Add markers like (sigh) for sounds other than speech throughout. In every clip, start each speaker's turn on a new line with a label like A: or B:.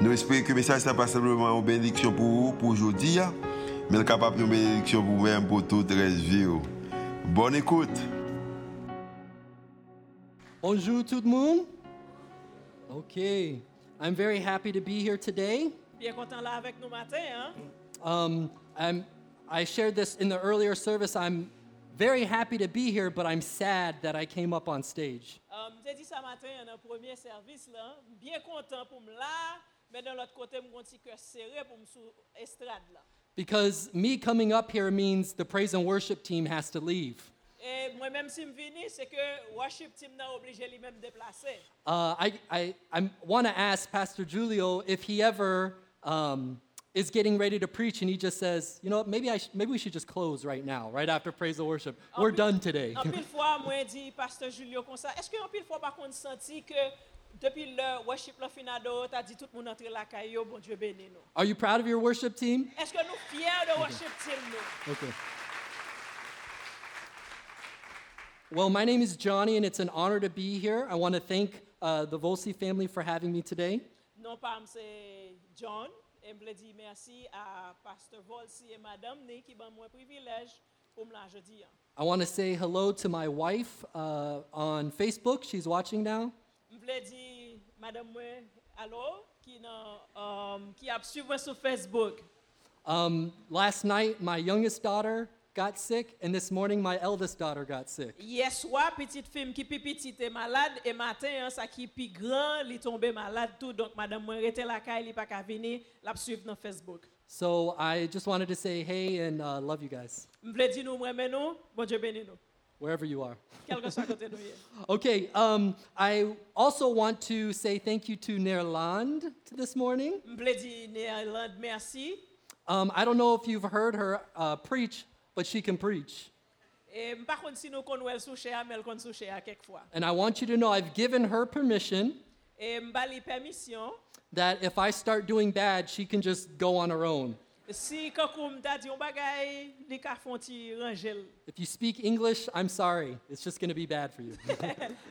A: Nous espérons que le message n'est pas simplement une bénédiction pour vous, pour aujourd'hui, mais capable une bénédiction pour vous-même, pour toute la vie. Bonne écoute.
B: Bonjour tout le monde. Okay, I'm very happy to be here today.
C: Bien content là avec nous matin. Hein?
B: Um, I'm, I shared this in the earlier service. I'm very happy to be here, but I'm sad that I came up on stage.
C: Euh, J'ai dit ça matin dans le premier service là, hein, bien content pour me là, mais de l'autre côté, mon petit cœur serré pour me sur estrade là.
B: Because me coming up here means the praise and worship team has to leave.
C: Et moi-même si me vini, c'est que worship team n'a obligé lui-même déplacer.
B: Uh, I, I, I want to ask Pastor Julio if he ever um, is getting ready to preach and he just says, you know, what, maybe, I sh- maybe we should just close right now, right after praise and worship. We're done today. (laughs)
C: En pile fois, moi dit pasteur Julio comme ça, est-ce que en pile fois par contre senti que depuis le worship là finado, t'as dit tout le monde entre la caille, yo, bon Dieu béni nous.
B: Are you proud of your worship team?
C: Est-ce que nous fiers de worship team nous?
B: Okay. Well, my name is Johnny, and it's an honor to be here. I want to thank uh, the Volsi family for having me today.
C: Non pas c'est John, et me dit merci à pasteur Volsi et madame Ni qui ban moi privilège pour me la jeudi. hein.
B: I want to say hello to my wife uh, on Facebook. She's watching now.
C: M vle di, madame mwen, alo, ki nan, um, ki ap suiv mwen sou Facebook.
B: Um, last night, my youngest daughter got sick, and this morning, my eldest daughter got sick.
C: Yeswa, pitit film ki pi pitit e malade, e maten, an, sa ki pi gran, li tombe malade tout, donk madame mwen rete la kay, li pa ka vini, l ap suiv nan Facebook.
B: So I just wanted to say hey and uh, love you guys,
C: M vle di nou mwen men nou, bon Diyo beni nou.
B: wherever you are.
C: Kelke sa kote nou ye.
B: Okay, um, I also want to say thank you to Nerland this morning.
C: M vle di Néerland, mersi,
B: Um, I don't know if you've heard her uh, preach, but she can preach.
C: e m pa kon si nou kon wèl sou chea, mel kon sou chea kek fwa.
B: And I want you to know I've given her permission
C: E m ba li permisyon,
B: that if I start doing bad, she can just go on her own.
C: si kakou m ta di yon bagay, li ka fon ti ranjel.
B: If you speak English, I'm sorry. It's just going to be bad for you.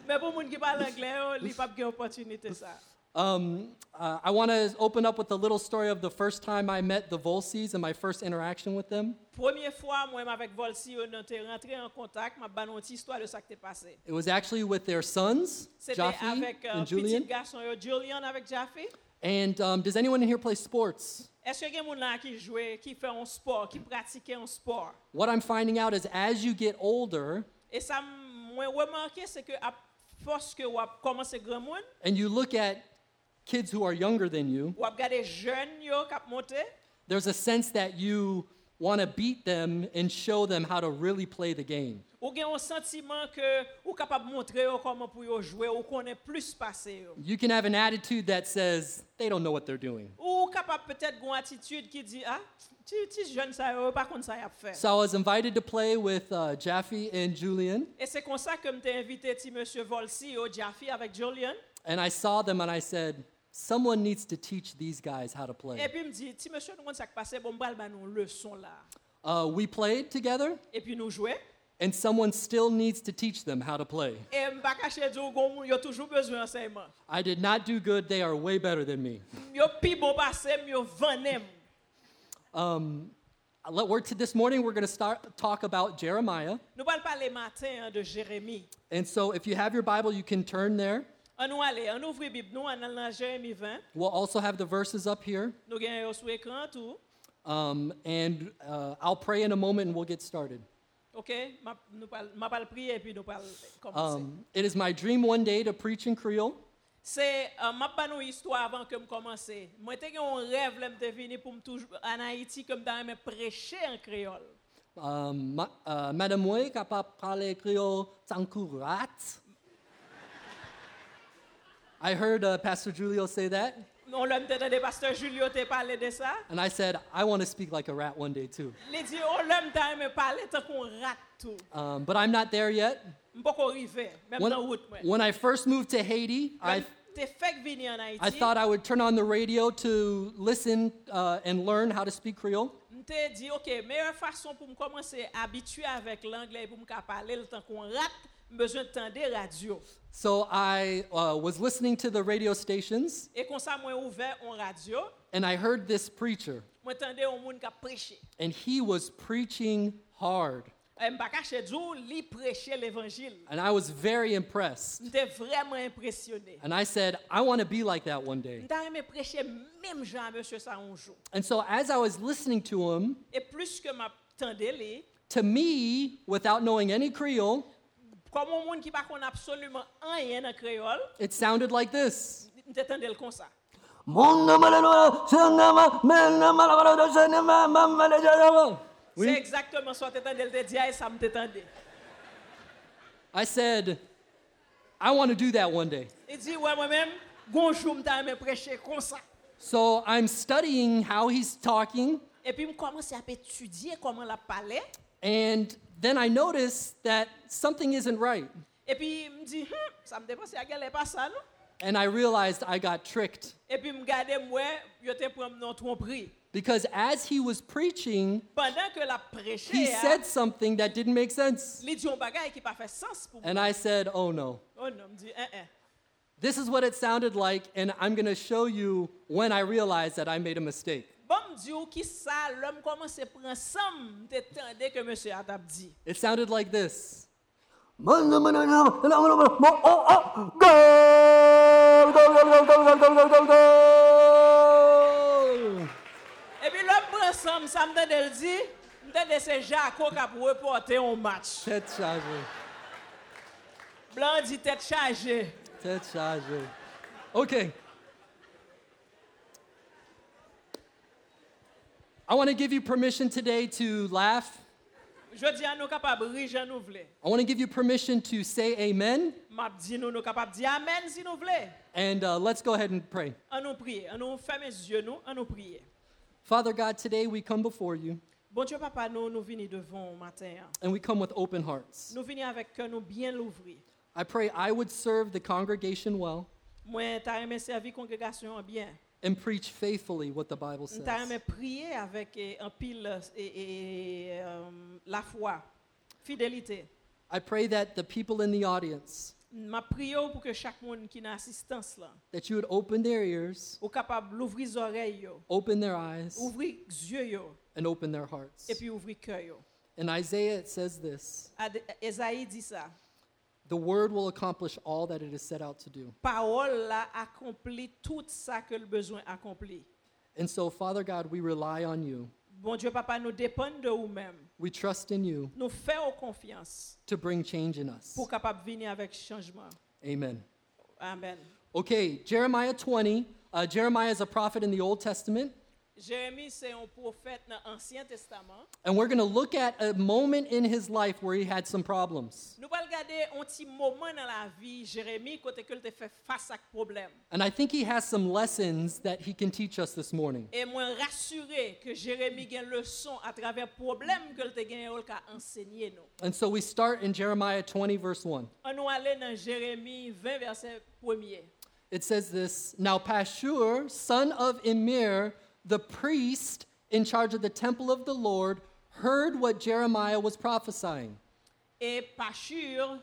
C: Men pou moun ki pale anglè yo, li pap gen opotunite sa.
B: um, uh, I want to open up with a little story of the first time I met the Volseys and my first interaction with them.
C: Premier fwa mwen m avèk Volsi yo nan te rentre en kontak, ma ban ti histwa de sa k te pase.
B: It was actually with their sons,
C: Sete
B: Jaffe
C: avèk uh,
B: and
C: pitit
B: Julian.
C: gason yo, Julian avèk Jaffe.
B: And um, does anyone in here play sports?
C: Eske gen moun nan ki jwe, ki fè an sport, ki pratike an sport.
B: What I'm finding out is as you get older,
C: E sa m- mwen remanke se ke ap fos ke wap komanse gran moun,
B: and you look at kids who are younger than you,
C: wap gade jen yo kap monte,
B: there's a sense that you want to beat them and show them how to really play the game.
C: ou gen an sentiman ke ou kapap montre yo koman pou yo jwe, ou konen plus pase yo.
B: You can have an attitude that says they don't know what they're doing.
C: Ou kapap peut-être gon attitude qui dit ah ti ti jeune ça yo par contre ça y a fait.
B: So I was invited to play with uh, Jaffe and Julian,
C: Et c'est comme ça que m't'a invité ti monsieur Volsi au Jaffe avec Julian
B: and I saw them and I said, someone needs to teach these guys how to
C: et
B: play.
C: puis me dit ti monsieur nous ça qui passé bon m'bral ban une leçon là.
B: Uh, we played together,
C: Et puis nous jouer
B: and someone still needs to teach them how to play.
C: et m'pa caché dit gon moun yo toujours besoin enseignement.
B: I did not do good. They are way better than me.
C: Yo pi bon passé yo vanem.
B: Uh, let- We're t- this morning we're going to start talk about Jeremiah.
C: Nous parle parler matin hein, de Jérémie.
B: And so if you have your Bible, you can turn there.
C: On nous aller, on ouvre Bible nous en allant dans Jérémie 20.
B: We'll also have the verses up here.
C: Nous gagne yo sur écran tout.
B: Um, and uh, I'll pray in a moment and we'll get started.
C: OK, m'a nous parle m'a parle prier et puis nous parle commencer.
B: Um, it is my dream one day to preach in Creole.
C: Se, uh, map pa nou histwa avan ke m komanse. Mwen te gen yon rev lem te vini pou m toujou an Haiti ke m dan men preche an kreol.
B: Um, ma- uh, Madame Way capable parler Creole tankourat. I heard uh, Pastor Julio say that.
C: On lèm te tande pasteur Julio te pale de sa.
B: And I said, I want to speak like a rat one day too.
C: Li di, on lèm ta eme pale tan kon rat tou.
B: Um, but I'm not there yet.
C: Mpo kon rive, mèm
B: When,
C: nan wout mwen.
B: when I first moved to Haiti, I,
C: Lèm te fek vini an
B: I
C: Haiti,
B: thought I would turn on the radio to listen uh, and learn how to speak Creole.
C: mte di, ok, meyè fason pou m komanse abitue avèk l'anglè pou m ka pale l tan kon rat, m bezwen tande radio.
B: So I uh, was listening to the radio stations
C: E kon sa mwen ouve on radio,
B: and I heard this preacher,
C: mwen tande on moun ka preche.
B: and he was preaching hard.
C: E m pa kache djou, li preche l'Evangil.
B: And I was very impressed.
C: Mte vreman impresyonè.
B: And I said, I want to be like that one day.
C: Mta reme preche mem jan monsye sa anjou.
B: And so as I was listening to him,
C: E plus ke ma tende li,
B: to me, without knowing any Creole,
C: kom ou moun ki pa kon absolumen anyen nan kreol,
B: it sounded like this.
C: mte tende l kon sa.
B: Oui.
C: Se exactement so te tende l te diya e sa mte tende.
B: I said, I want to do that one day.
C: E di, wè mwen mèm, gonjou mta reme preche kon sa.
B: So I'm studying how he's talking,
C: E pi m komanse ap etudye koman la pale,
B: and then I noticed that something isn't right.
C: e pi m di, hm, sa m depanse a gale pa sa nou.
B: And I realized I got tricked
C: E pi m gade m wè, yo te prom nan trompri.
B: because as he was preaching,
C: Pendan ke la hein, preche,
B: he
C: a,
B: said something that didn't make sense.
C: li di yon bagay ki pa fe sens pou m.
B: And I said, Oh no,
C: Oh non, m di, eh, eh.
B: this is what it sounded like, and I'm going to show you when I realized that I made a mistake.
C: Bon Dieu, oh, qui ça, l'homme commence à prendre somme, t'étendais que monsieur Adab dit.
B: It sounded like this.
C: Et puis l'homme prend somme, ça me donne de le dire, me donne de ces Jaco qui a pour reporter un match.
B: Tête chargée,
C: Blanc dit tête chargée.
B: tête chargée. Okay. I want to give you permission today to laugh.
C: Je dis à nous capables, rire, je nous voulons.
B: I want to give you permission to say amen,
C: M'a dit nous, nous capables de dire Amen si nous voulons.
B: and uh, let's go ahead and pray.
C: On nous prie, on nous ferme les yeux, nous, on nous prie.
B: Father God, today we come before you,
C: Bon Dieu, papa, nous, nous venons devant au matin.
B: and we come with open hearts.
C: Nous venons avec que nous bien l'ouvrir.
B: I pray I would serve the congregation well
C: Moi, t'as aimé servir congrégation bien.
B: and preach faithfully what the Bible says.
C: Nous avons prié avec eh, un pile et, la foi, fidélité.
B: I pray that the people in the audience
C: Ma prière pour que chaque monde qui n'a assistance là,
B: that you would open their ears,
C: soit capable d'ouvrir les oreilles, yo,
B: open their eyes,
C: ouvrir les yeux yo,
B: and open their hearts.
C: et puis ouvrir le cœur. yo.
B: In Isaiah it says this,
C: Ad- Esaïe dit ça.
B: the word will accomplish all that it is set out to do.
C: Parole là accomplit tout ça que le besoin accomplit.
B: And so Father God, we rely on you.
C: Bon Dieu papa, nous dépendons de vous-même.
B: We trust in you
C: Nous faisons confiance
B: to bring change in us.
C: pour capable venir avec changement.
B: Amen.
C: Amen.
B: Okay, Jeremiah 20. Uh, Jeremiah is a prophet in the Old Testament,
C: Jérémie c'est un prophète dans l'Ancien Testament.
B: and we're going to look at a moment in his life where he had some problems.
C: Nous allons regarder un petit moment dans la vie, Jérémie, côté que tu fait face à un problème.
B: And I think he has some lessons that he can teach us this morning.
C: Et moi rassuré que Jérémie a une leçon à travers le problème que tu gagné au cas enseigné nous.
B: And so we start in Jeremiah 20, verse 1.
C: On nous allait dans Jérémie 20 verset 1er.
B: It says this Now Pashur, son of Emir, the priest in charge of the temple of the Lord, heard what Jeremiah was prophesying.
C: Et Pachur,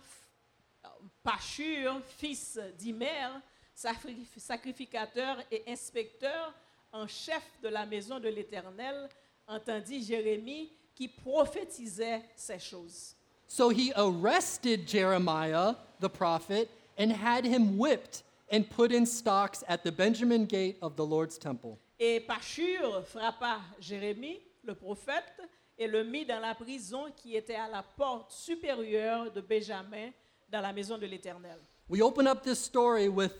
C: Pachur, fils d'Imer, sacri- sacrificateur et inspecteur en chef de la maison de l'Éternel, entendit Jérémie qui prophétisait ces choses.
B: So he arrested Jeremiah, the prophet, and had him whipped and put in stocks at the Benjamin gate of the Lord's temple.
C: Et Pachur frappa Jérémie, le prophète, et le mit dans la prison qui était à la porte supérieure de Benjamin, dans la maison de l'Éternel.
B: We open up this story with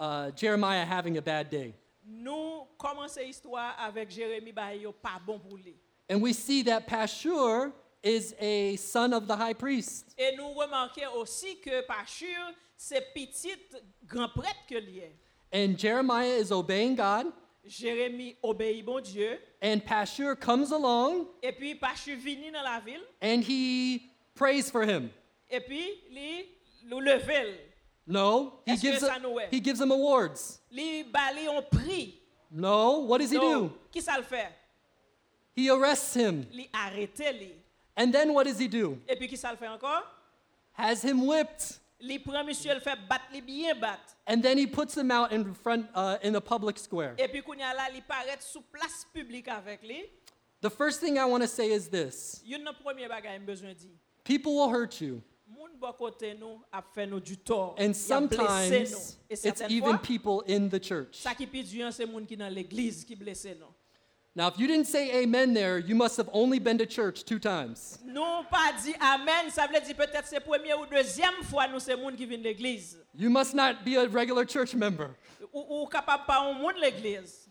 B: uh, Jeremiah having a bad day.
C: Nous commençons l'histoire avec Jérémie Bayo, pas bon pour lui.
B: And we see that Pashur is a son of the high priest.
C: Et nous remarquons aussi que Pachur, c'est petit grand prêtre que lui est.
B: And Jeremiah is obeying God,
C: Jérémie obéit bon Dieu.
B: and Pashur comes along
C: Et puis, Pachu vini dans la ville.
B: and he prays for him.
C: Et puis, li lou level.
B: No, he
C: Est-ce que
B: gives,
C: ça
B: a-
C: nous est?
B: he gives him awards.
C: Li bali on pri.
B: No, what does he do?
C: Donc, Qui ça le fait?
B: He arrests him.
C: Li arrêté li.
B: And then what does he do?
C: Et puis, qui ça le fait encore?
B: Has him whipped.
C: Li prend monsieur le fait battre li bien battre.
B: And then he puts him out in front uh, in the public square.
C: Et puis, kounya la li paraît sous place publique avec li.
B: The first thing I want to say is this
C: Yon nan premier bagay m bezwen di.
B: people will hurt you.
C: Moun bon kote nou ap fè nou du tort.
B: And
C: y ap blessé nou.
B: sometimes
C: Et
B: it's
C: certaines
B: even
C: fois,
B: people in the church.
C: sa ki pi duyan se moun ki nan l'eglise ki blese nou.
B: Now, if you didn't say amen there, you must have only been to church two times.
C: Nou pa di amen, sa vle di peut-être se premier ou deuxième fois nou se moun ki vin l'eglise.
B: You must not be a regular church member.
C: Ou, ou kapap pa ou moun l'eglise.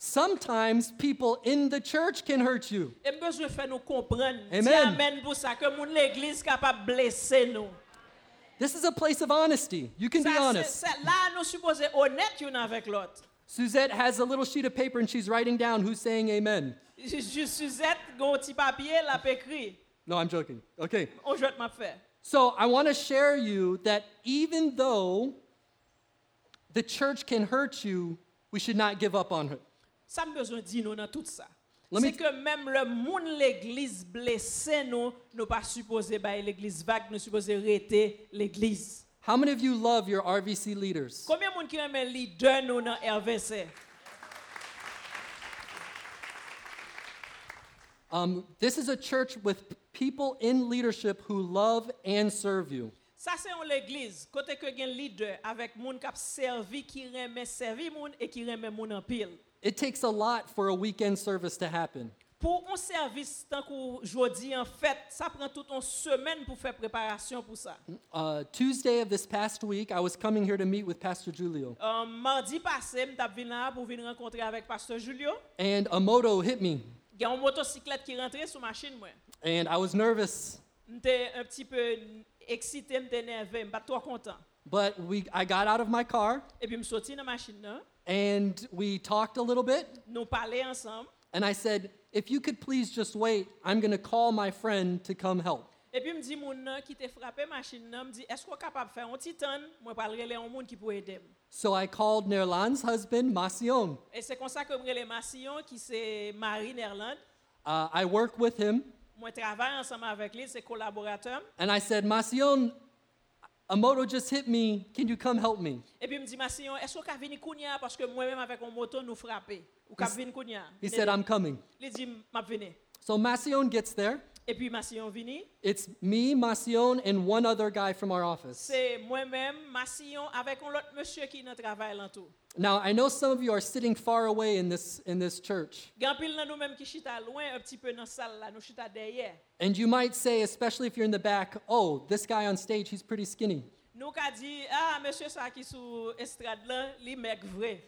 B: Sometimes people in the church can hurt you.
C: E m bezwen fè nou kompren. Di
B: Amen.
C: amen pou sa ke moun l'eglise kapap blese nou.
B: This is a place of honesty. You can be
C: Sa, se,
B: honest.
C: se, la nou suppose honet yon avèk lot.
B: Suzette has a little sheet of paper and she's writing down who's saying amen.
C: J- j- Suzette, gon ti papye, la pe kri.
B: No, I'm joking. Okay.
C: On jwet ma fè.
B: So I want to share you that even though the church can hurt you, we should not give up on her.
C: Sa m bezon di nou nan tout sa.
B: Let me-
C: Se ke mèm le moun l'Eglise blese nou, nou pa suppose bay l'Eglise vak, nou suppose rete l'Eglise.
B: How many of you love your RVC leaders?
C: Koumyen moun ki reme lider nou nan RVC?
B: Um, this is a church with p- people in leadership who love and serve you.
C: Sa se yon l'Eglise, kote ke gen lider avèk moun kap servi ki reme servi moun e ki reme moun an pil.
B: It takes a lot for a weekend service to happen.
C: Pou on servis tan kou jodi an fèt, sa pren tout an semen pou fè preparasyon pou sa.
B: Uh, Tuesday of this past week, I was coming here to meet with Pastor Julio,
C: Um, mardi pase, m tap vin la pou vin renkontre avèk Pastor Julio.
B: and a moto hit me,
C: Gen yon motosiklet ki rentre sou machin mwen.
B: and I was nervous,
C: Mte un pti pe eksite, mte nerve, mpa to kontan.
B: but we, I got out of my car
C: E pi m soti nan machin nan,
B: and we talked a little bit,
C: nou pale ansam.
B: and I said, If you could please just wait, I'm going to call my friend to come help.
C: E pi m di moun nan ki te frape machin nan, m di esko kapap fè an titan, mwen pal rele an moun ki pou edem.
B: So I called Nerlan's husband, Masion.
C: E se konsa ke m rele Masillon ki se mari Nerland.
B: Uh, I work with him,
C: Mwen travay ansam avèk li, se kolaboratèm.
B: and I said, Masion, a moto just hit me. Can you come help me?
C: E pi m di Masillon, esko ka vini kounya, paske mwen mèm avèk an moto nou frape. Ou ka
B: s-
C: vini kounya.
B: He said, I'm coming.
C: Li di m ap vini.
B: So Masion gets there.
C: E pi Masillon vini.
B: It's me, Masion, and one other guy from our office.
C: Se mwen-mèm, Masillon, avèk an lot monsye ki nan travay lantou.
B: Now, I know some of you are sitting far away in this, in this church,
C: Gampil nan nou mèm ki chita loin, un pti pe nan sal la, nou chita derye.
B: and you might say, especially if you're in the back, oh, this guy on stage, he's pretty skinny.
C: Nou ka di, ah, monsye sa ki sou estrad lan, li mèk vre.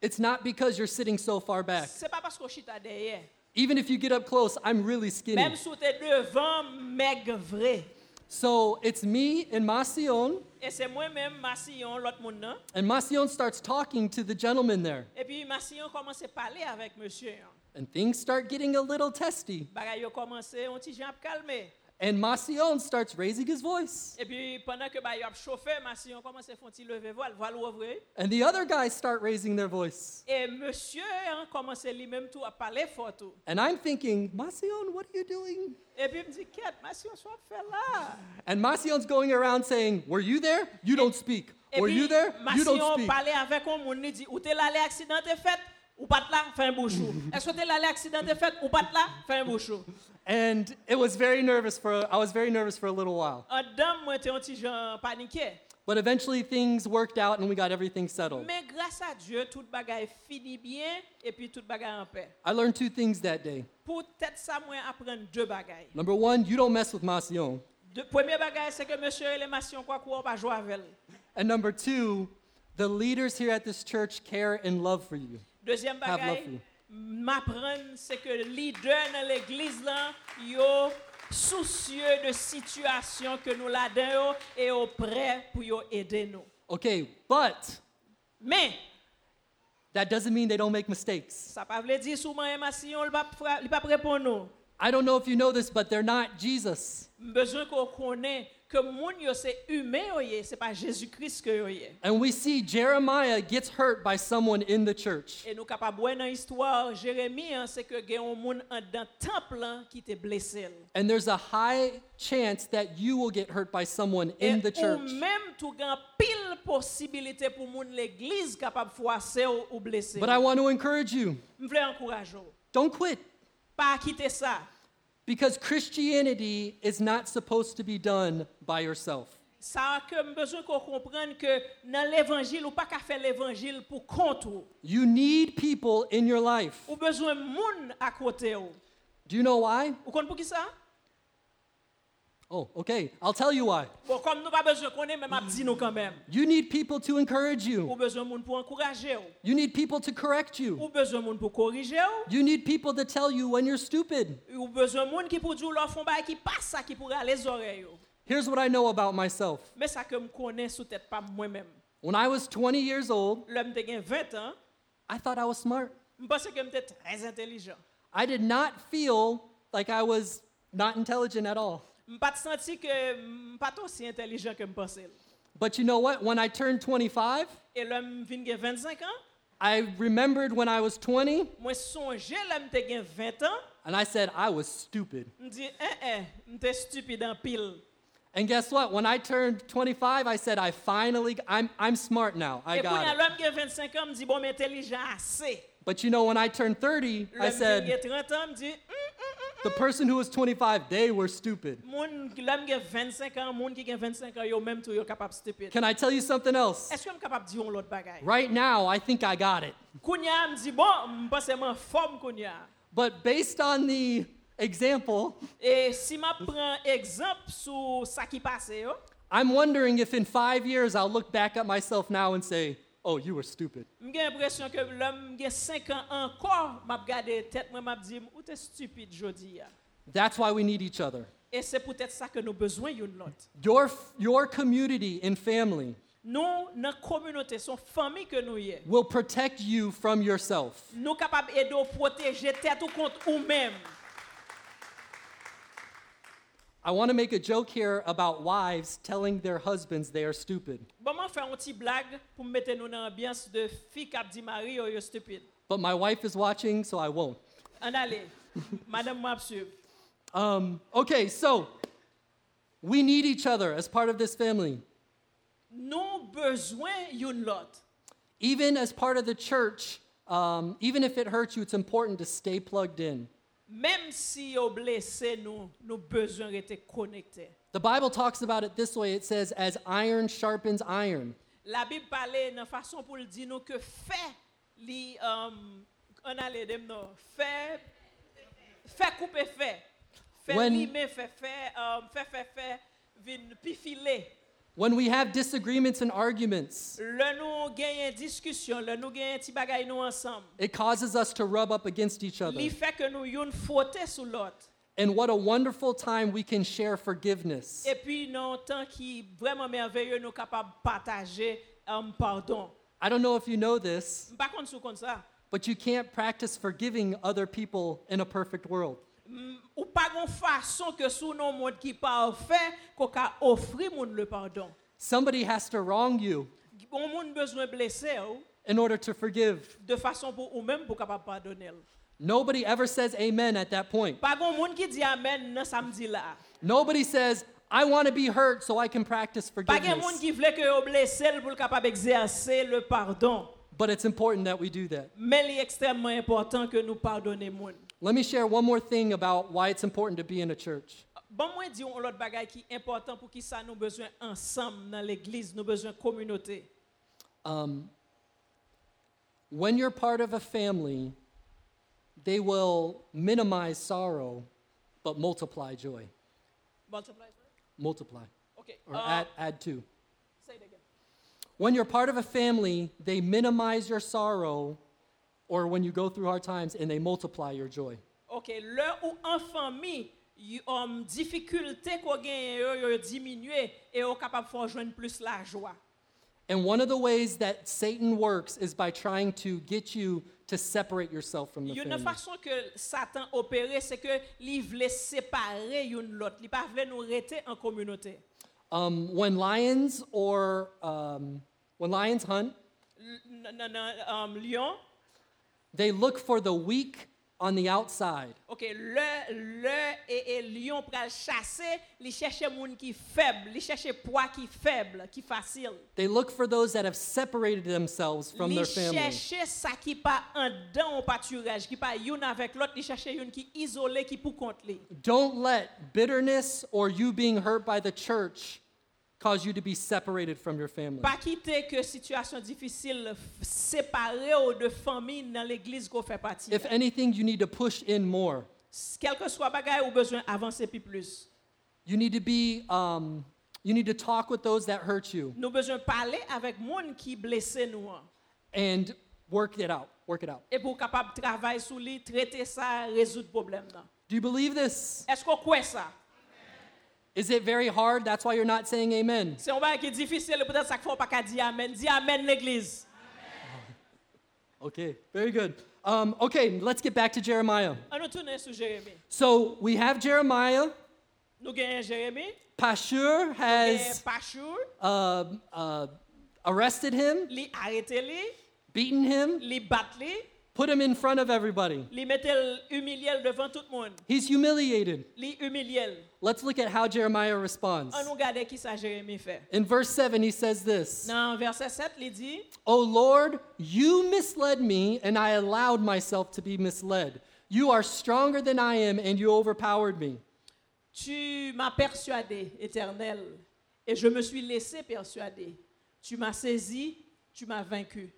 B: It's not because you're sitting so far back.
C: Se pa pasko chita derye.
B: Even if you get up close, I'm really skinny.
C: Mèm sou te devan, mèk vre.
B: So it's me and Masion,
C: E se mwen-mèm, Masillon, lot moun nan.
B: and Masion starts talking to the gentleman there,
C: E pi Masillon komanse pale avèk monsye. an.
B: and things start getting a little testy.
C: hein. Bagay yo komanse, on ti jan ap kalme.
B: And Masion starts raising his voice,
C: E pi pandan ke bay yo ap chofe, Masillon komanse fon ti leve voal, voal ou vre.
B: and the other guys start raising their voice.
C: Et monsieur hein, a commencé lui-même tout à parler fort. tout.
B: And I'm thinking, Masion, what are you doing?
C: Et puis il me dit, Kate, monsieur, on soit fait là.
B: And Masion's going around saying, Were you there? You don't speak.
C: Et
B: Were you there? You don't
C: Massion
B: speak.
C: parlait avec un monde, il dit, ou t'es là, l'accident est fait, ou pas de là, fais un beau show.
B: (laughs)
C: Est-ce que t'es là, l'accident est fait, ou pas de là, fais un beau show.
B: And it was very nervous for a, I was very nervous for a little while.
C: En dame, moi, t'es un petit genre paniqué.
B: But eventually things worked out and we got everything settled.
C: Mais grâce à Dieu, toute bagaille finit bien, et puis toute bagaille en paix.
B: I learned two things that day.
C: Pour tête ça, moi, apprendre deux bagailles.
B: Number one, you don't mess with Masion.
C: Deux- Premier bagaille, c'est que monsieur et les massions, quoi, quoi, on va jouer avec elle.
B: And number two, the leaders here at this church care and love for you.
C: Deuxième
B: Have
C: bagaille,
B: lovely.
C: m'apprendre, c'est que leader dans l'église là, yo soucieux de situation que nous la donne yo, et yo prêt pour yo aider nous.
B: Okay, but
C: Mais
B: That doesn't mean they don't make mistakes.
C: Sa pa vle di souman yon masiyon, li pa, fra- li pa prepon nou.
B: I don't know if you know this, but they're not Jesus.
C: Mbezon kon konen ke moun yo se hume yo ye, se pa Jésus-Christ ke yo ye.
B: And we see Jeremiah gets hurt by someone in the church.
C: E nou kapabwen nan histwa, Jeremie an, se ke hein, gen yon moun an dan temple hein, an ki te blese l.
B: And there's a high chance that you will get hurt by someone
C: Eh,
B: in
C: oh,
B: the church.
C: Ou menm tou gen pil posibilite pou moun l'eglize kapab fwase ou, ou blese.
B: But I want to encourage you
C: M vle ankouraj ou.
B: don't quit
C: Pa akite sa.
B: because Christianity is not supposed to be done by yourself.
C: Sa ke m bezon kon kompren ke nan l'evangil ou pa ka fe l'evangil pou kont ou.
B: You need people in your life.
C: Ou bezon moun akote ou.
B: Do you know why?
C: Ou kon pou ki sa?
B: Oh, okay. I'll tell you why.
C: Bon, kom nou pa bezon konen, men ap di nou kanmen.
B: You need people to encourage
C: Ou
B: you.
C: bezon moun pou ankouraje ou.
B: You need people to correct you.
C: Ou bezon moun pou korije ou.
B: You need people to tell you when you're stupid.
C: Ou bezon moun ki pou di ou lor fon bay ki pa sa ki pou rale zore yo.
B: Here's what I know about myself.
C: Men sa ke m konen sou tèt pa mwen men.
B: When I was 20 years old,
C: Lè m te gen 20 an,
B: I thought I was smart.
C: m pense ke m te trez intelijan.
B: I did not feel like I was not intelligent at all.
C: M pat senti ke m pat osi intelijan ke m pense. l.
B: But you know what? When I turned 25,
C: E lè m vin gen 25 an,
B: I remembered when I was 20
C: mwen sonje lè m te gen 20 an,
B: and I said I was stupid.
C: m di, eh eh, m te stupide an pil.
B: And guess what? When I turned 25, I said I finally I'm I'm smart now. I
C: E pou
B: got
C: yon
B: it.
C: lè m gen 25 an, m di, bon m intelijan ase.
B: But you know when I turned 30, I
C: Lè m vin
B: said
C: gen 30 an, m di, hmm, hmm, hmm.
B: the person who was 25, they were stupid.
C: Moun, lè m gen 25 an, moun ki gen 25 an, yo mèm tou yo kapap stupide.
B: Can I tell you something else?
C: Eske m kapap di yon lot bagay?
B: Right now, I think I got it.
C: Kounya m di, bon, m pense m an fom kounya.
B: But based on the example,
C: E si ma pren ekzamp sou sa ki pase yo,
B: I'm wondering if in 5 years I'll look back at myself now and say, "Oh, you were stupid."
C: m gen impresyon ke lom gen 5 an ankor, m ap gade tet mwen m ap di, ou te stupide jodi ya.
B: That's why we need each other.
C: E se pou tèt sa ke nou bezwen yon lot.
B: Your your community and family
C: Nou nan kominote, son fami ke nou ye,
B: will protect you from yourself.
C: nou kapab edo proteje tèt ou kont ou mem.
B: I want to make a joke here about wives telling their husbands they are stupid.
C: Baman fè an ti blag pou m mette nou nan ambyans de fi kap di mari oh, yo yo stupide.
B: But my wife is watching, so I won't.
C: An ale, madame m ap suv.
B: Um, okay, so we need each other as part of this family.
C: Nou bezwen yon lot.
B: Even as part of the church, um, even if it hurts you, it's important to stay plugged in.
C: Mem si yo blese nou, nou bezwen rete konekte.
B: The Bible talks about it this way it says, as iron sharpens iron.
C: La Bib pale nan fason pou l di nou ke fe li, um, an ale dem nou, fe, fe koupe fe, fe
B: When-
C: li me fe fe, um, fe fe fe, vin pi file.
B: When we have disagreements and arguments,
C: Le nou genyen diskusyon, le nou genyen ti bagay nou ansam.
B: it causes us to rub up against each other.
C: Li fe ke nou yon fote sou lot.
B: And what a wonderful time we can share forgiveness.
C: E pi nan tan ki vreman merveye nou kapab pataje um, pardon.
B: I don't know if you know this,
C: Mpa kont sou kont sa.
B: but you can't practice forgiving other people in a perfect world.
C: Ou pa gon fason ke sou nou moun ki parfait ko ka ofri moun le pardon.
B: Somebody has to wrong you
C: Bon moun bezwen blese ou
B: in order to forgive.
C: de fason pou ou menm pou kapab pardonel.
B: Nobody ever says amen at that point.
C: Pa gon moun ki di amen nan samdi la.
B: Nobody says, I want to be hurt so I can practice
C: Pa gen moun
B: forgiveness.
C: ki vle ke yo blese l pou l kapab egzerse le pardon.
B: But it's important that we do that.
C: Men li ekstremman important ke nou pardonne moun.
B: Let me share one more thing about why it's important to be in a church.
C: Bon mwen di yon lot bagay ki important pou ki sa nou bezwen ansam nan l'eglize, nou bezwen komunote.
B: Um, when you're part of a family, they will minimize sorrow but multiply joy.
C: Multiply.
B: Multiply
C: Ok.
B: or
C: uh,
B: add, add to.
C: say it again.
B: When you're part of a family, they minimize your sorrow or when you go through hard times and they multiply your joy.
C: Ok, lè ou an fami, yon dificulte ko genye yo, yo diminue, e yo kapab fò jwen plus la jwa.
B: And one of the ways that Satan works is by trying to get you to separate yourself from the
C: Yon nan
B: family.
C: fason ke Satan opere, se ke li vle separe yon lot. Li pa vle nou rete an komunote.
B: Um, when lions or um, when lions hunt,
C: L- Nan, nan, nan, um, lion,
B: they look for the weak on the outside.
C: ok, le, le, e, e lion pral chase, li chèche moun ki feb, li chèche poa ki feble, ki fasil.
B: They look for those that have separated themselves from
C: li
B: their family.
C: chèche sa ki pa an dan ou paturej, ki pa yon avèk lot, li chèche yon ki izole, ki pou kont li.
B: Don't let bitterness or you being hurt by the church cause you to be separated from your family.
C: Pa kite ke situasyon difisil f- separe ou de fami nan l'eglis ko fè pati.
B: If anything, you need to push in more.
C: Kelke swa bagay ou bezwen avanse pi plus.
B: You need to be, um, you need to talk with those that hurt you
C: Nou bezwen pale avèk moun ki blese nou an.
B: and work it out. Work it out.
C: E pou kapab travay sou li, trete sa, rezout problem nan.
B: Do you believe this?
C: Esko kwe sa?
B: Is it very hard? That's why you're not saying amen.
C: Se yon bagay ki difisil, pou tè sak fò pa ka di amen. Di amen l'eglis.
B: Okay, very good. Um, okay, let's get back to Jeremiah.
C: An nou tounen sou Jeremie.
B: So we have Jeremiah.
C: Nou genyen Jeremie,
B: Pashur
C: genyen
B: has
C: Pachou,
B: uh, uh, arrested him,
C: li arete li,
B: beaten him,
C: li bat li,
B: put him in front of everybody.
C: li metel humiliel devan tout moun.
B: He's humiliated.
C: Li humiliel.
B: Let's look at how Jeremiah responds.
C: An nou gade ki sa Jeremie fè.
B: In verse 7, he says this
C: Nan verset 7, li di,
B: O Lord, you misled me, and I allowed myself to be misled. You are stronger than I am, and you overpowered me.
C: Tu m'as persuadé, éternel, et je me suis laissé persuader. Tu m'as saisi, tu m'as vaincu.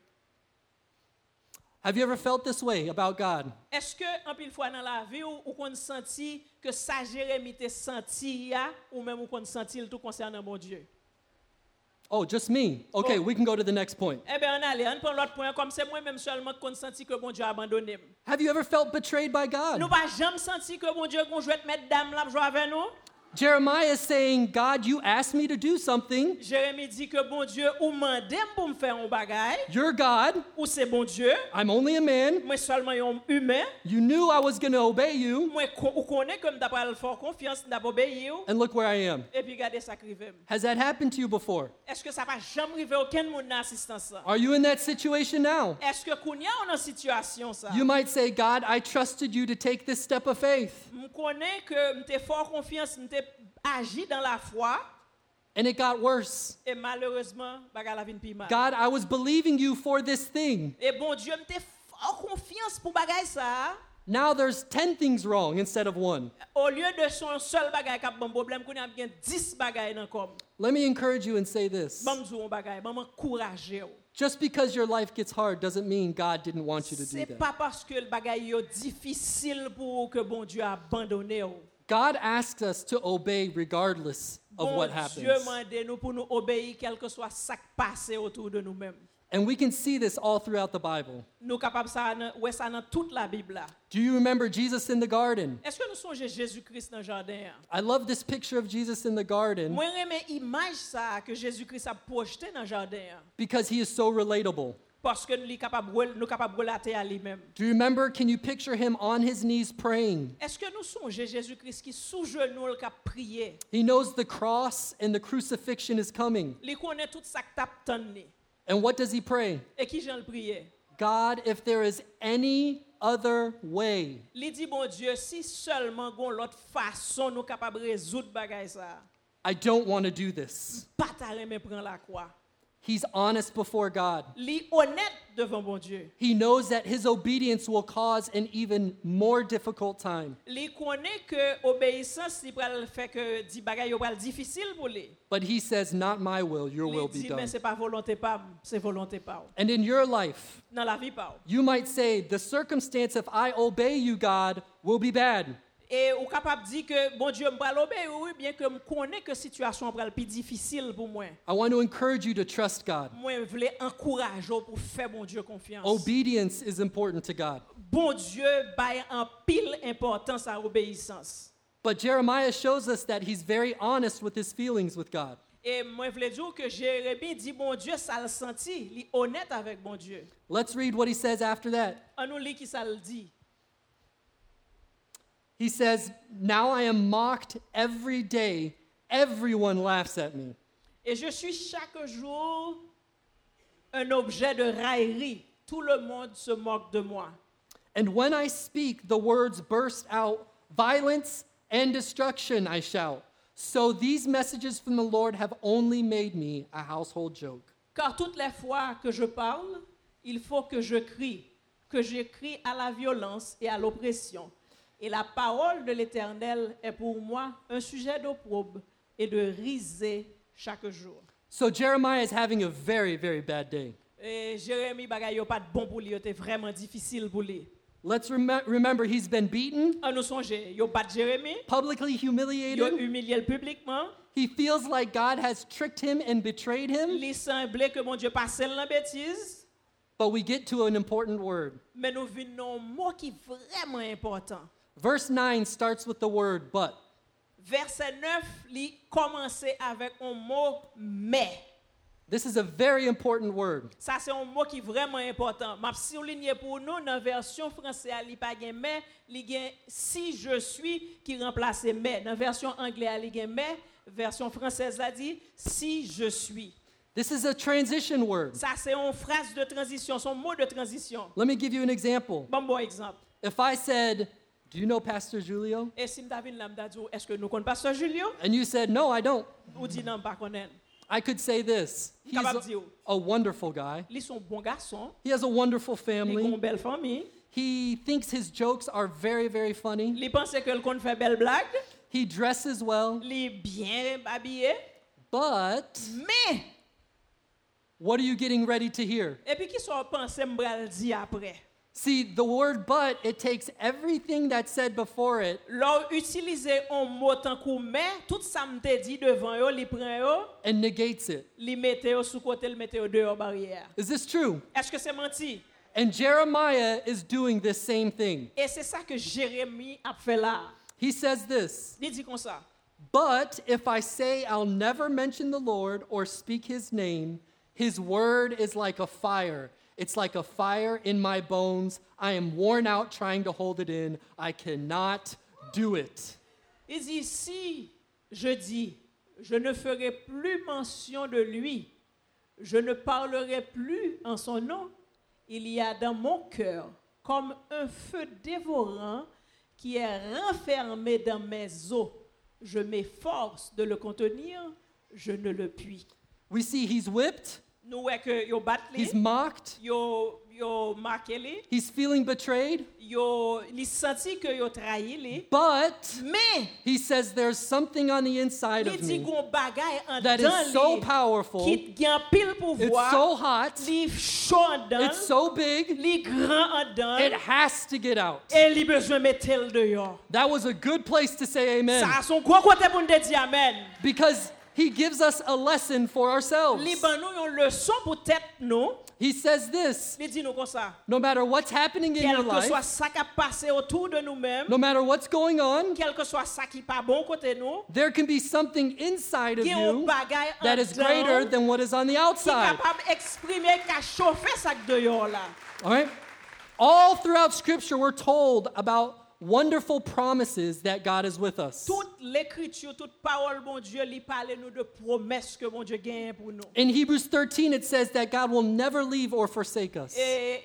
B: Have you ever felt this way about God?
C: Est-ce que, en pile fois dans la vie, ou, ou qu'on senti que ça Jérémie te senti ya, ou même ou qu'on senti le tout concernant mon Dieu?
B: Oh, just me. Okay, we can go to the next point.
C: Eh bien, on allait, on prend l'autre point, comme c'est moi-même seulement qu'on senti que mon Dieu a abandonné. m'.
B: Have you ever felt betrayed by God?
C: Nous pas jamais senti que mon Dieu qu'on jouait mettre dame là pour jouer avec nous.
B: Jeremiah is saying, God, you asked me to do something.
C: Jérémie dit que bon Dieu ou mandé m pour me faire un bagage,
B: You're God.
C: ou c'est bon Dieu,
B: I'm only a man.
C: moi seulement un humain.
B: You knew I was going to obey you.
C: Mwen kon, ou konen ke m dap al fò konfians, m dap obeye ou,
B: And look where I am.
C: epi gade sa krivem.
B: Has that happened to you before?
C: Eske sa pa jam rive oken moun nan asistans sa?
B: Are you in that situation now?
C: Eske kounya ou nan situasyon sa?
B: You might say, God, I trusted you to take this step of faith.
C: M konen ke m te fò konfians, m te agi dan la fwa,
B: And it got worse.
C: e malheureusement, baga la vin pi mal.
B: God, I was believing you for this thing.
C: E bon Diyo, m te fò konfians pou bagay sa,
B: Now there's 10 things wrong instead of one.
C: o lye de son sol bagay kap bon problem, konen ap gen 10 bagay nan kom.
B: Let me encourage you and say this.
C: Mam zou an bagay, mam an kouraje ou.
B: Just because your life gets hard doesn't mean God didn't want you to
C: Se
B: do that.
C: pa paske l bagay yo difisil pou ou ke bon Diyo abandone ou.
B: God asks us to obey regardless of
C: bon
B: what
C: Dieu
B: happens.
C: mandé nous pour nous obéir, quel que soit ça qui passe autour de nous-mêmes.
B: And we can see this all throughout the Bible.
C: Nous capables ça dans- ouais ça dans toute la Bible là.
B: Do you remember Jesus in the garden?
C: Est-ce que nous songeons Jésus-Christ dans le jardin? hein?
B: I love this picture of Jesus in the garden
C: Moi j'aime image ça que Jésus-Christ a projeté dans le jardin hein,
B: because he is so relatable.
C: parce que nous sommes capables de nous capables de relater à lui-même.
B: Do you remember? Can you picture him on his knees praying?
C: Est-ce que nous songeons Jésus-Christ qui sous genou le cap prié?
B: He knows the cross and the crucifixion is coming.
C: Il connaît tout ça qui t'a attendu.
B: And what does he pray?
C: Et qui j'en le prier?
B: God, if there is any other way,
C: Il dit bon Dieu, si seulement gon l'autre façon nous capables de résoudre bagaille ça.
B: I don't want to do this.
C: Pas ta mais prend la croix.
B: He's honest before God.
C: li honnête devant bon Dieu.
B: He knows that his obedience will cause an even more difficult time,
C: Li connaît que obéissance li pral fait que di bagay yo pral difficile pour li.
B: but he says, Not my will, your
C: Li
B: will be
C: di mais
B: done.
C: c'est pas volonté pas, m, c'est volonté pas. ou.
B: And in your life,
C: Dans la vie pas. ou.
B: you might say, The circumstance if I obey you, God, will be bad.
C: Et ou capable dit que bon Dieu me pral obéir oui bien que me connaît que situation pral plus difficile pour moi.
B: I want to encourage you to trust God.
C: Moi voulais encourager ou pour faire bon Dieu confiance.
B: Obedience is important to God.
C: Bon Dieu bail en pile importance à obéissance.
B: But Jeremiah shows us that he's very honest with his feelings with God.
C: Et moi, je voulais dire que Jérémie dit, bon Dieu, ça le senti, il est honnête avec bon Dieu.
B: Let's read what he says after that.
C: On nous lit qui ça le dit.
B: He says, Now I am mocked every day. Everyone laughs at me.
C: Et je suis chaque jour un objet de raillerie. Tout le monde se moque de moi.
B: And when I speak, the words burst out violence and destruction, I shout. So these messages from the Lord have only made me a household joke.
C: Car toutes les fois que je parle, il faut que je crie, que je crie à la violence et à l'oppression. Et la parole de l'Éternel est pour moi un sujet d'opprobre et de risée chaque jour.
B: So Jeremiah is having a very, very bad day.
C: Et Jérémie Bagayo pas de bon pour lui, c'était vraiment difficile pour lui.
B: Let's rem- remember he's been beaten,
C: On nous songe, yo bat Jérémie,
B: publicly
C: yo
B: humiliated.
C: humilié le publiquement,
B: He feels like God has tricked him and betrayed him.
C: il semblait que mon Dieu passait la bêtise,
B: But we get to an important word.
C: mais nous venons un mot qui est vraiment important.
B: Verse 9 starts with the word but.
C: Verset 9, il commençait avec un mot mais.
B: This is a very important word.
C: Ça, c'est un mot qui est vraiment important. Je souligné pour nous, dans la version française, il n'y a pas de mais, il y a si je suis qui remplace mais. Dans la version anglaise, il y a mais, version française, a dit si je suis.
B: This is a transition word.
C: Ça, c'est une phrase de transition, son mot de transition.
B: Let me give you an example.
C: Bon, bon exemple.
B: If I said, Do you know Pastor Julio?
C: Et si David Lambda dit, est-ce que nous connaissons Pasteur Julio?
B: And you said, No, I don't.
C: Ou dit non, pas connaître.
B: I could say this He's
C: Capable
B: a,
C: dire.
B: a wonderful guy.
C: Ils sont bons garçons,
B: He has a wonderful
C: ils ont une
B: family.
C: belle famille,
B: He thinks his jokes are very, very funny.
C: ils pensent qu'ils connaissent faire belle blague,
B: He dresses well.
C: ils sont bien habillés,
B: But
C: mais
B: what are you getting ready to hear?
C: Et puis qui sont pensés me dire après.
B: See, the word but, it takes everything that's said before it
C: Leur utiliser un mot tant qu'on met, tout ça me te dit devant eux, les prend eux,
B: and negates it.
C: les mettez eux sous côté, les mettez eux dehors barrière.
B: Is this true?
C: Est-ce que c'est menti?
B: And Jeremiah is doing this same thing.
C: Et c'est ça que Jérémie a fait là.
B: He says this
C: Il dit comme ça.
B: But if I say I'll never mention the Lord or speak his name, his word is like a fire. It's like a fire in my bones. I am worn out trying to hold it in. I cannot do it.
C: Il dit si je dis, je ne ferai plus mention de lui, je ne parlerai plus en son nom, il y a dans mon cœur comme un feu dévorant qui est renfermé dans mes os. Je m'efforce de le contenir, je ne le puis.
B: We see he's whipped,
C: Nous voyons que yo bat li,
B: he's mocked,
C: yo yo marqué li,
B: he's feeling betrayed,
C: yo li senti que yo trahi li,
B: but
C: mais
B: he says there's something on the inside
C: il
B: of
C: dit
B: me
C: qu'on bagaille en
B: that is so
C: dedans li.
B: powerful,
C: qui gagne pile
B: it's
C: pouvoir,
B: so hot,
C: li chaud en dedans,
B: it's so big,
C: li grand en dedans,
B: it has to get out.
C: et li besoin mettre le dehors.
B: That was a good place to say amen.
C: Ça a son gros côté pour nous dire amen.
B: Because he gives us a lesson for ourselves.
C: Li ban nous une leçon pour tête nous,
B: He says this
C: li dit nous comme ça.
B: no matter what's happening in your
C: Quel que soit
B: life,
C: ça qui a passé autour de nous-mêmes,
B: no matter what's going on,
C: quel que soit ça qui pas bon côté nous,
B: there can be something inside of
C: il y a un
B: you
C: bagage en
B: that is greater
C: dedans
B: than what is on the
C: qui est
B: outside.
C: capable d'exprimer, qui a chauffé ça dehors là.
B: All right? All throughout Scripture, we're told about wonderful promises that God is with us.
C: Toute l'écriture, toute parole, bon Dieu, lui parle nous de promesses que mon Dieu gagne pour nous.
B: In Hebrews 13, it says that God will never leave or forsake us.
C: Et-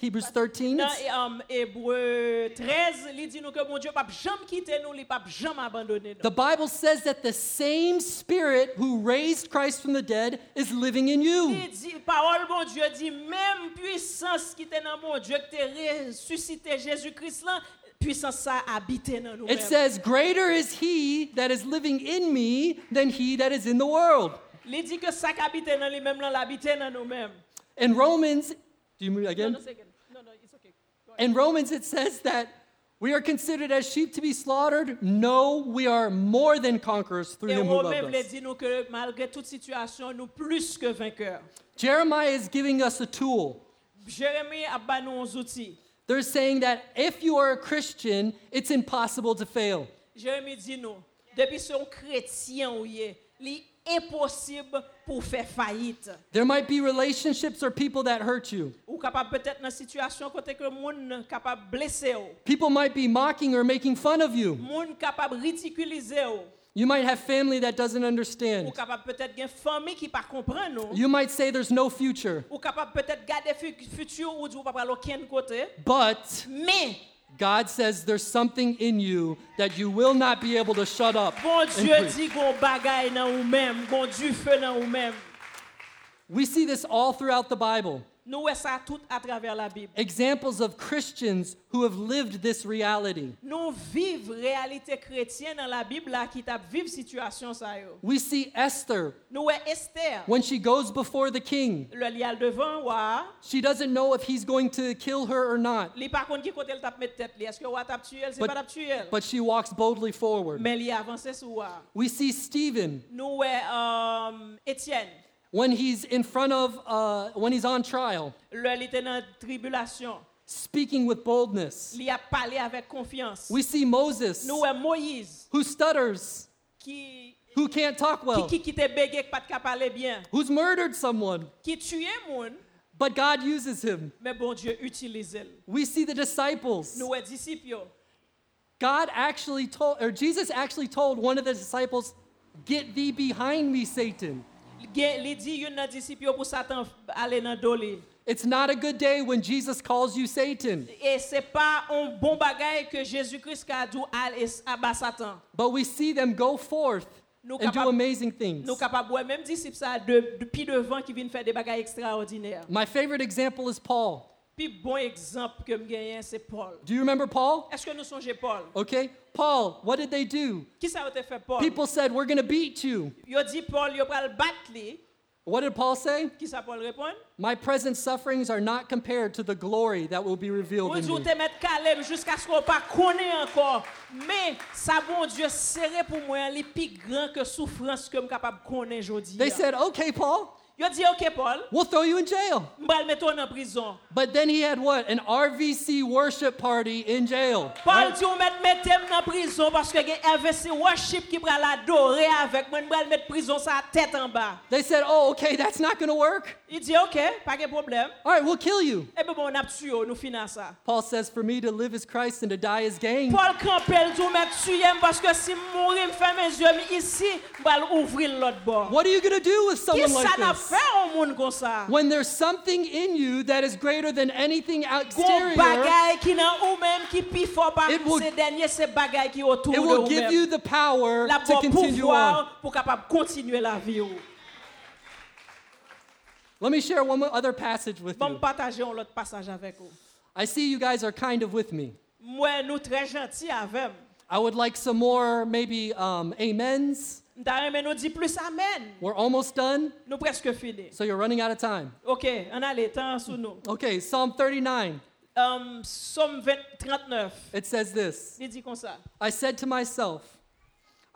B: Hebrews 13,
C: Dans
B: it's-
C: um, Hébreu 13, il dit nous que mon Dieu ne jamais quitter nous, il ne jamais abandonner nous.
B: The Bible says that the same Spirit who raised Christ from the dead is living in you.
C: Il dit, parole mon Dieu dit, même puissance qui était dans mon Dieu, qui t'a ressuscité Jésus-Christ là, puissance ça habite dans nous
B: It says, Greater is he that is living in me than he that is in the world.
C: Il dit que ça qui habite dans lui-même là, l'habite dans nous-mêmes.
B: In Romans, do you move
C: Non,
B: again?
C: non, c'est- non, non, it's okay. Go ahead.
B: In Romans, it says that we are considered as sheep to be slaughtered. No, we are more than conquerors through
C: Et
B: him who
C: Romain
B: loved
C: voulait
B: us.
C: dire nous que malgré toute situation, nous plus que vainqueurs.
B: Jeremiah is giving us a tool.
C: Jérémie a ban nous un outil.
B: They're saying that if you are a Christian, it's impossible to fail.
C: Jérémie dit nous, depuis son chrétien, ou yé, li imposible pour faire faillite.
B: There might be relationships or people that hurt you.
C: Ou capable peut-être dans situation côté que moun capable blesser ou,
B: People might be mocking or making fun of you.
C: moun capable ridiculiser ou,
B: You might have family that doesn't
C: ou
B: understand.
C: capable peut-être gen famille qui pas comprendre ou,
B: You might say there's no future.
C: ou capable peut-être garder fu- futur ou dire pas aller aucun côté.
B: But
C: Mais
B: God says there's something in you that you will not be able to shut up.
C: bon
B: and
C: Dieu
B: quit.
C: dit qu'on bagaille dans ou même, bon Dieu feu dans ou même.
B: We see this all throughout the Bible.
C: Nous voyons ça tout à travers la Bible.
B: Examples of Christians who have lived this reality.
C: Nous vivons réalité chrétienne dans la Bible là qui tape vive situation ça yo.
B: We see Esther
C: Nous voyons Esther,
B: when she goes before the king.
C: le lial devant wa
B: She doesn't know if he's going to kill her or not,
C: Li pa kon ki kote l tap met tèt li. Eske wa tap tue el, se
B: But-
C: pa tap tue el.
B: but she walks boldly forward.
C: Men li avanse sou wa.
B: We see Stephen
C: Nou we um, Etienne,
B: when he's in front of, uh, when he's on trial,
C: le li te nan tribulasyon.
B: speaking with boldness.
C: Li ap pale avèk konfians.
B: We see Moses
C: Nou we Moïse,
B: who stutters,
C: ki,
B: who can't talk well,
C: ki, ki, ki te bege k pat ka pale bien.
B: who's murdered someone,
C: Ki tue moun,
B: but God uses him.
C: men bon Diyo utilize l.
B: We see the disciples.
C: Nou we disipyo.
B: God actually told, or Jesus actually told one of the disciples, Get thee behind me, Satan.
C: Gen, li di yon nan disipyo pou satan f- ale nan do li.
B: It's not a good day when Jesus calls you Satan,
C: E se pa on bon bagay ke Jésus-Christ ka dou al es aba satan.
B: but we see them go forth
C: Nou
B: and do
C: kapab-
B: amazing things.
C: Nous capables ouais même disciples ça de, de pi devant qui viennent faire des bagages extraordinaires.
B: My favorite example is Paul.
C: Puis bon exemple que me gagne c'est Paul.
B: Do you remember Paul?
C: Est-ce que nous songez Paul
B: Okay. Paul, what did they do?
C: Qui ça a été fait Paul
B: People said, We're going to beat you.
C: Yo dit Paul yo pral battre li.
B: What did Paul say?
C: Qui ça Paul répond
B: My present sufferings are not compared to the glory that will be revealed
C: Bon
B: in
C: Dieu
B: me.
C: te mettre calme jusqu'à ce qu'on pas connaît encore. Mais ça bon Dieu serré pour moi les plus grand que souffrance que me capable connaître aujourd'hui.
B: They said, Okay, Paul,
C: Yo dit OK Paul,
B: we'll throw you in jail.
C: m'bral mettre en prison.
B: But then he had what? An RVC worship party in jail.
C: Paul dit, on met mettez-moi en prison parce que il y a RVC worship qui va l'adorer avec moi, on mettre prison sa tête en bas.
B: They said, oh, okay, that's not going to work.
C: Il dit, OK, pas de problème.
B: All right, we'll kill you.
C: Et bien, bon, on a tué, nous finissons ça.
B: Paul says, for me to live is Christ and to die is gain.
C: Paul Campbell dit, on met tué parce que si je mourir, je ferme mes yeux ici, je vais ouvrir l'autre bord.
B: What are you going to do with
C: Qui
B: someone
C: ça
B: like
C: n'a
B: this?
C: fait au monde comme ça?
B: When there's something in you that is greater than anything
C: Gon
B: exterior,
C: bagay ki nan ou men ki pi fò pa
B: It will-
C: se denye se bagay ki
B: it
C: otou de
B: will
C: ou
B: give
C: men.
B: you the power
C: La
B: to
C: pou
B: continue on.
C: pouvoir pou kapab kontinue la vi ou.
B: Let me share one more other passage with
C: Bon
B: you.
C: pataje on lot passage avèk ou.
B: I see you guys are kind of with me.
C: Mwen nou tre janti avèm.
B: I would like some more, maybe, um, amens.
C: Nta remen nou di plus amen.
B: We're almost done,
C: Nou preske fini.
B: so you're running out of time.
C: Ok, an ale, tan sou nou.
B: Okay, Psalm 39.
C: Um, Somme 20 39,
B: It says this
C: li di kon sa.
B: I said to myself,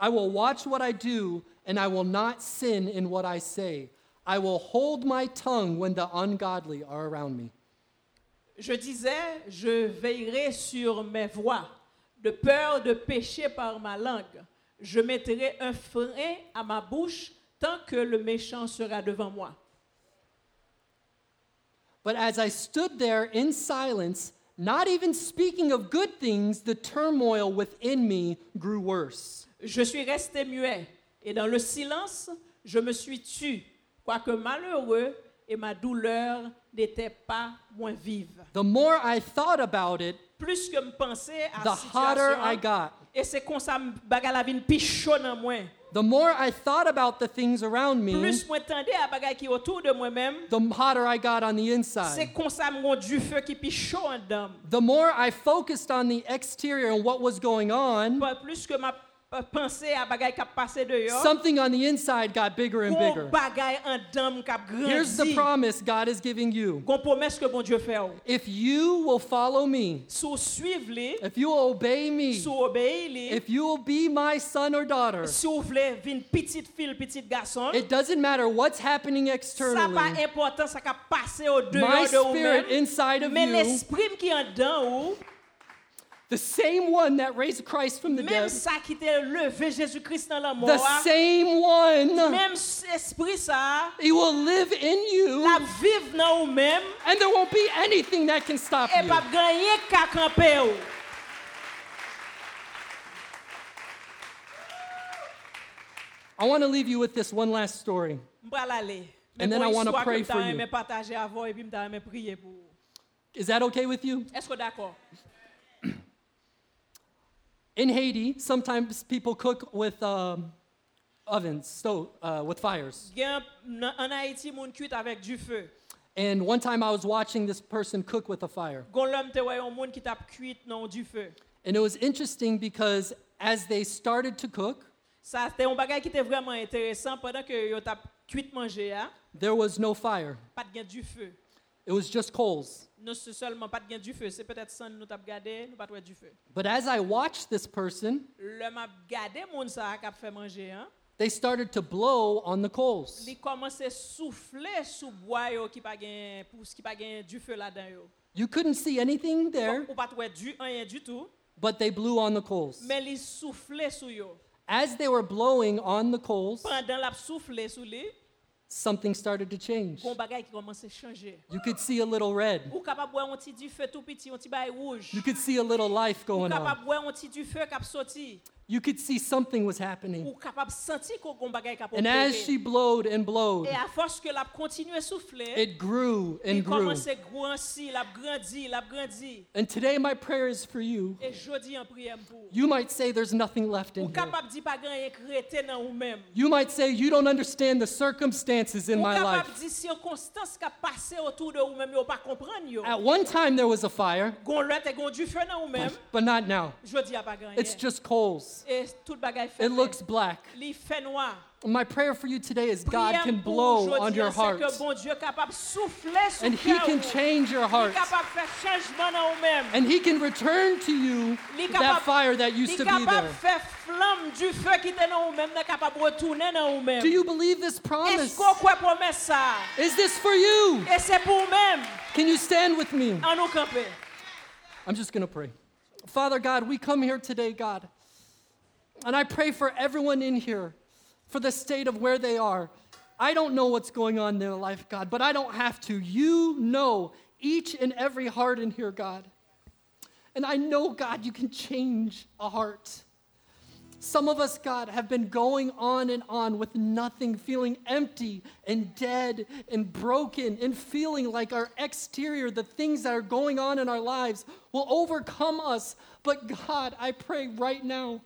B: I will watch what I do, and I will not sin in what I say. I will hold my tongue when the ungodly are around me.
C: Je disais, je veillerai sur mes voies, de peur de pécher par ma langue. Je mettrai un frein à ma bouche tant que le méchant sera devant moi.
B: But as I stood there in silence, not even speaking of good things, the turmoil within me grew worse.
C: Je suis resté muet et dans le silence, je me suis tu, quoique malheureux, et ma douleur n'était pas moins vive.
B: The more I thought about it,
C: Plus que me pensais à
B: the
C: la
B: hotter I
C: situation,
B: got.
C: et c'est comme ça me bagarre la vie plus chaud dans moi.
B: The more I thought about the things around me,
C: Plus moi tendais à bagarre qui autour de moi-même,
B: the hotter I got on the
C: c'est
B: inside.
C: comme ça me rend du feu qui plus chaud en dedans.
B: The more I focused on the exterior and what was going on,
C: Pas plus que ma p- pensée à bagarre qui a passé dehors.
B: Something on the inside got bigger and
C: Gros
B: bigger.
C: bagaille en dame qui a
B: Here's the
C: grandi.
B: promise God is giving you.
C: Gros promesse que bon Dieu fait. oh.
B: If you will follow me,
C: Sous suivre les,
B: if you will obey me,
C: sous obéir les,
B: if you will be my son or daughter,
C: Si vous voulez vin petite fille, petite garçon,
B: it doesn't matter what's happening
C: ça pas
B: externally.
C: important, ça qu'a passé au dehors
B: My
C: de
B: spirit
C: vous-même.
B: inside of
C: Mais
B: you
C: l'esprit qui est en dedans ou,
B: The same one that raised Christ from the
C: Mèm
B: dead,
C: sa ki te leve Jésus-Christ nan la mort,
B: the same one,
C: mèm esprit sa,
B: he will live in
C: la
B: you,
C: vive nan ou mèm,
B: and there won't be anything that can stop
C: e
B: you.
C: pa ganyen ka kampe ou.
B: I want to leave you with this one last story.
C: Mbra lale.
B: And then I wanna pray for you.
C: Mwen pataje avon, epi mta mwen priye pou. ou.
B: Is that okay with you?
C: Esko d'akor?
B: In Haiti, sometimes people cook with um, ovens, stove, uh, with fires.
C: Gen, nan- an Haiti, moun kuit avèk du fè.
B: And one time I was watching this person cook with a fire.
C: Gon lòm te wè yon moun ki tap kuit nan du fè.
B: And it was interesting because as they started to cook,
C: Sa, te yon bagay ki te vreman enteresan, padan ke yo tap kuit manje ya,
B: there was no fire.
C: pat gen du fè.
B: It was just coals.
C: Non se seulement pat gen du fè, se petèt san nou tap gade, nou pat wè du fè.
B: But as I watched this person,
C: Lòm ap gade moun sa ak ap fè manje, an,
B: they started to blow on the coals.
C: li komanse soufle sou bwa yo ki pa gen, pou ki pa gen du fè la dan yo.
B: You couldn't see anything there,
C: Ou pat wè du anyen du tout,
B: but they blew on the coals.
C: men li soufle sou yo.
B: As they were blowing on the coals,
C: Pendan lap soufle sou li,
B: something started to change.
C: gon bagay ki komanse chanje.
B: You could see a little red.
C: Ou kapab wè yon ti du fè tout piti, yon ti bay rouge.
B: You could see a little life
C: Ou
B: going on.
C: kapab wè yon ti du fè kap soti.
B: You could see something was happening.
C: Ou kapab senti ko gon bagay kap
B: And as she
C: opere.
B: blowed and blowed,
C: E a fos ke lap kontinue soufle,
B: it grew
C: li
B: and grew.
C: komanse gwansi, lap grandi, lap grandi.
B: And today, my prayer is for you.
C: E jodi an priyem pou.
B: You might say there's nothing left
C: Ou
B: in here.
C: kapab di pa gen yon krete nan ou mèm.
B: You might say you don't understand the circumstances in
C: Ou
B: my
C: kapab
B: life.
C: di sirkonstans ka pase otou de ou mèm yo pa kompran yo.
B: At one time, there was a fire,
C: Gon lè te gon du fè nan ou mèm,
B: but not now.
C: jodi a pa gen
B: It's
C: yon.
B: just coals.
C: E tout bagay fè.
B: It looks black.
C: Li fè noa.
B: My prayer for you today is God
C: Priyem
B: can
C: pou
B: blow
C: jodi
B: on
C: a,
B: your
C: se
B: heart
C: ke hein, bon Dieu kapab soufle sou
B: and He
C: kè
B: can
C: ou.
B: change your
C: Li
B: heart
C: kapab fè chanjman nan ou mèm.
B: and He can return to you
C: Li
B: that
C: kapab-
B: fire that used to
C: Li
B: be
C: kapab
B: there.
C: fè flam du fè ki te nan ou mèm, ne kapab retoune nan ou
B: Do
C: mèm.
B: you believe this promise?
C: Esko kwe promes sa?
B: Is this for you?
C: E se pou ou mèm,
B: Can you stand with me?
C: an nou kampe.
B: I'm just going to pray. Father God, we come here today, God. And I pray for everyone in here, for the state of where they are. I don't know what's going on in their life, God, but I don't have to. You know each and every heart in here, God. And I know, God, you can change a heart. Some of us, God, have been going on and on with nothing, feeling empty and dead and broken, and feeling like our exterior, the things that are going on in our lives, will overcome us. But God, I pray right now,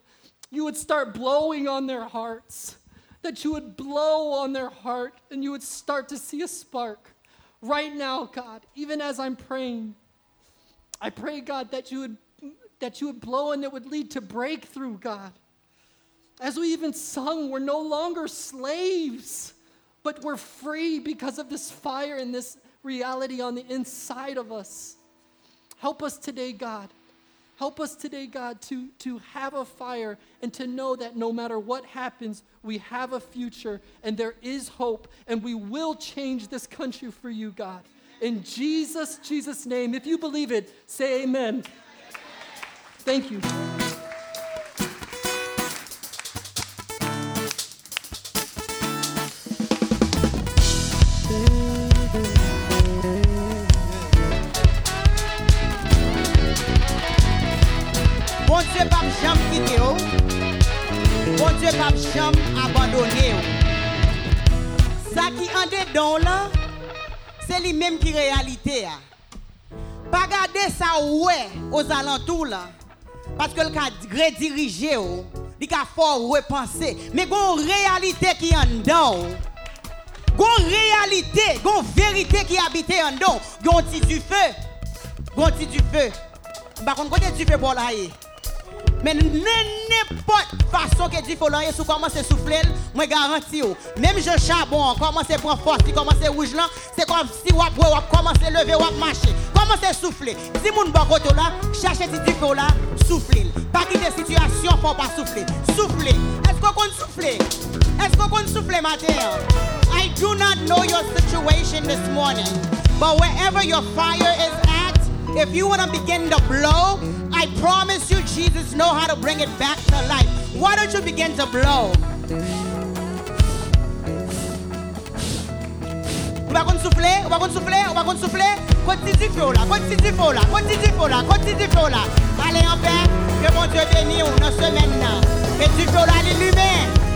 B: you would start blowing on their hearts, that you would blow on their heart, and you would start to see a spark. Right now, God, even as I'm praying, I pray, God, that you would that you would blow and it would lead to breakthrough, God. As we even sung, we're no longer slaves, but we're free because of this fire and this reality on the inside of us. Help us today, God. Help us today, God, to, to have a fire and to know that no matter what happens, we have a future and there is hope and we will change this country for you, God. In Jesus, Jesus' name, if you believe it, say amen. Thank you.
D: Bon Dieu pas jam quitter ou. Bon Dieu pas jam abandonner ou. Ça qui en dedans là, c'est lui même qui réalité a. Pas garder ça ouais aux alentours là. Parce que le cas rediriger ou, il a fort repenser, mais gon réalité qui en dedans. ou. Gon réalité, gon vérité qui habite en dedans, gon petit du feu. Gon petit du feu. Par contre, côté du feu pour là. y est. Men nan nepot fason ke di foloye sou komanse souflel, mwen garanti yo. Mem oh. je chabon, komanse pran fos, ti komanse rouj lan, se kom si wap wè wap, komanse leve wap mache, komanse soufle. Si moun bon, bakoto la, chache ti di fola, soufle. Pa ki de situasyon fò pa soufle. Soufle. Esko kon soufle? Esko kon soufle mater? I do not know your situation this morning, but wherever your fire is at, If you want to begin to blow, I promise you, Jesus know how to bring it back to life. Why don't you begin to blow? Ou pa kon souffle, ou pa kon souffle, ou pa kon souffle. Continue fè ou la, continue fè ou la, continue fè ou la, continue fè ou la. Allez en paix, que mon Dieu bénisse ou nan semaine nan. Et tu fè ou la, les lumières.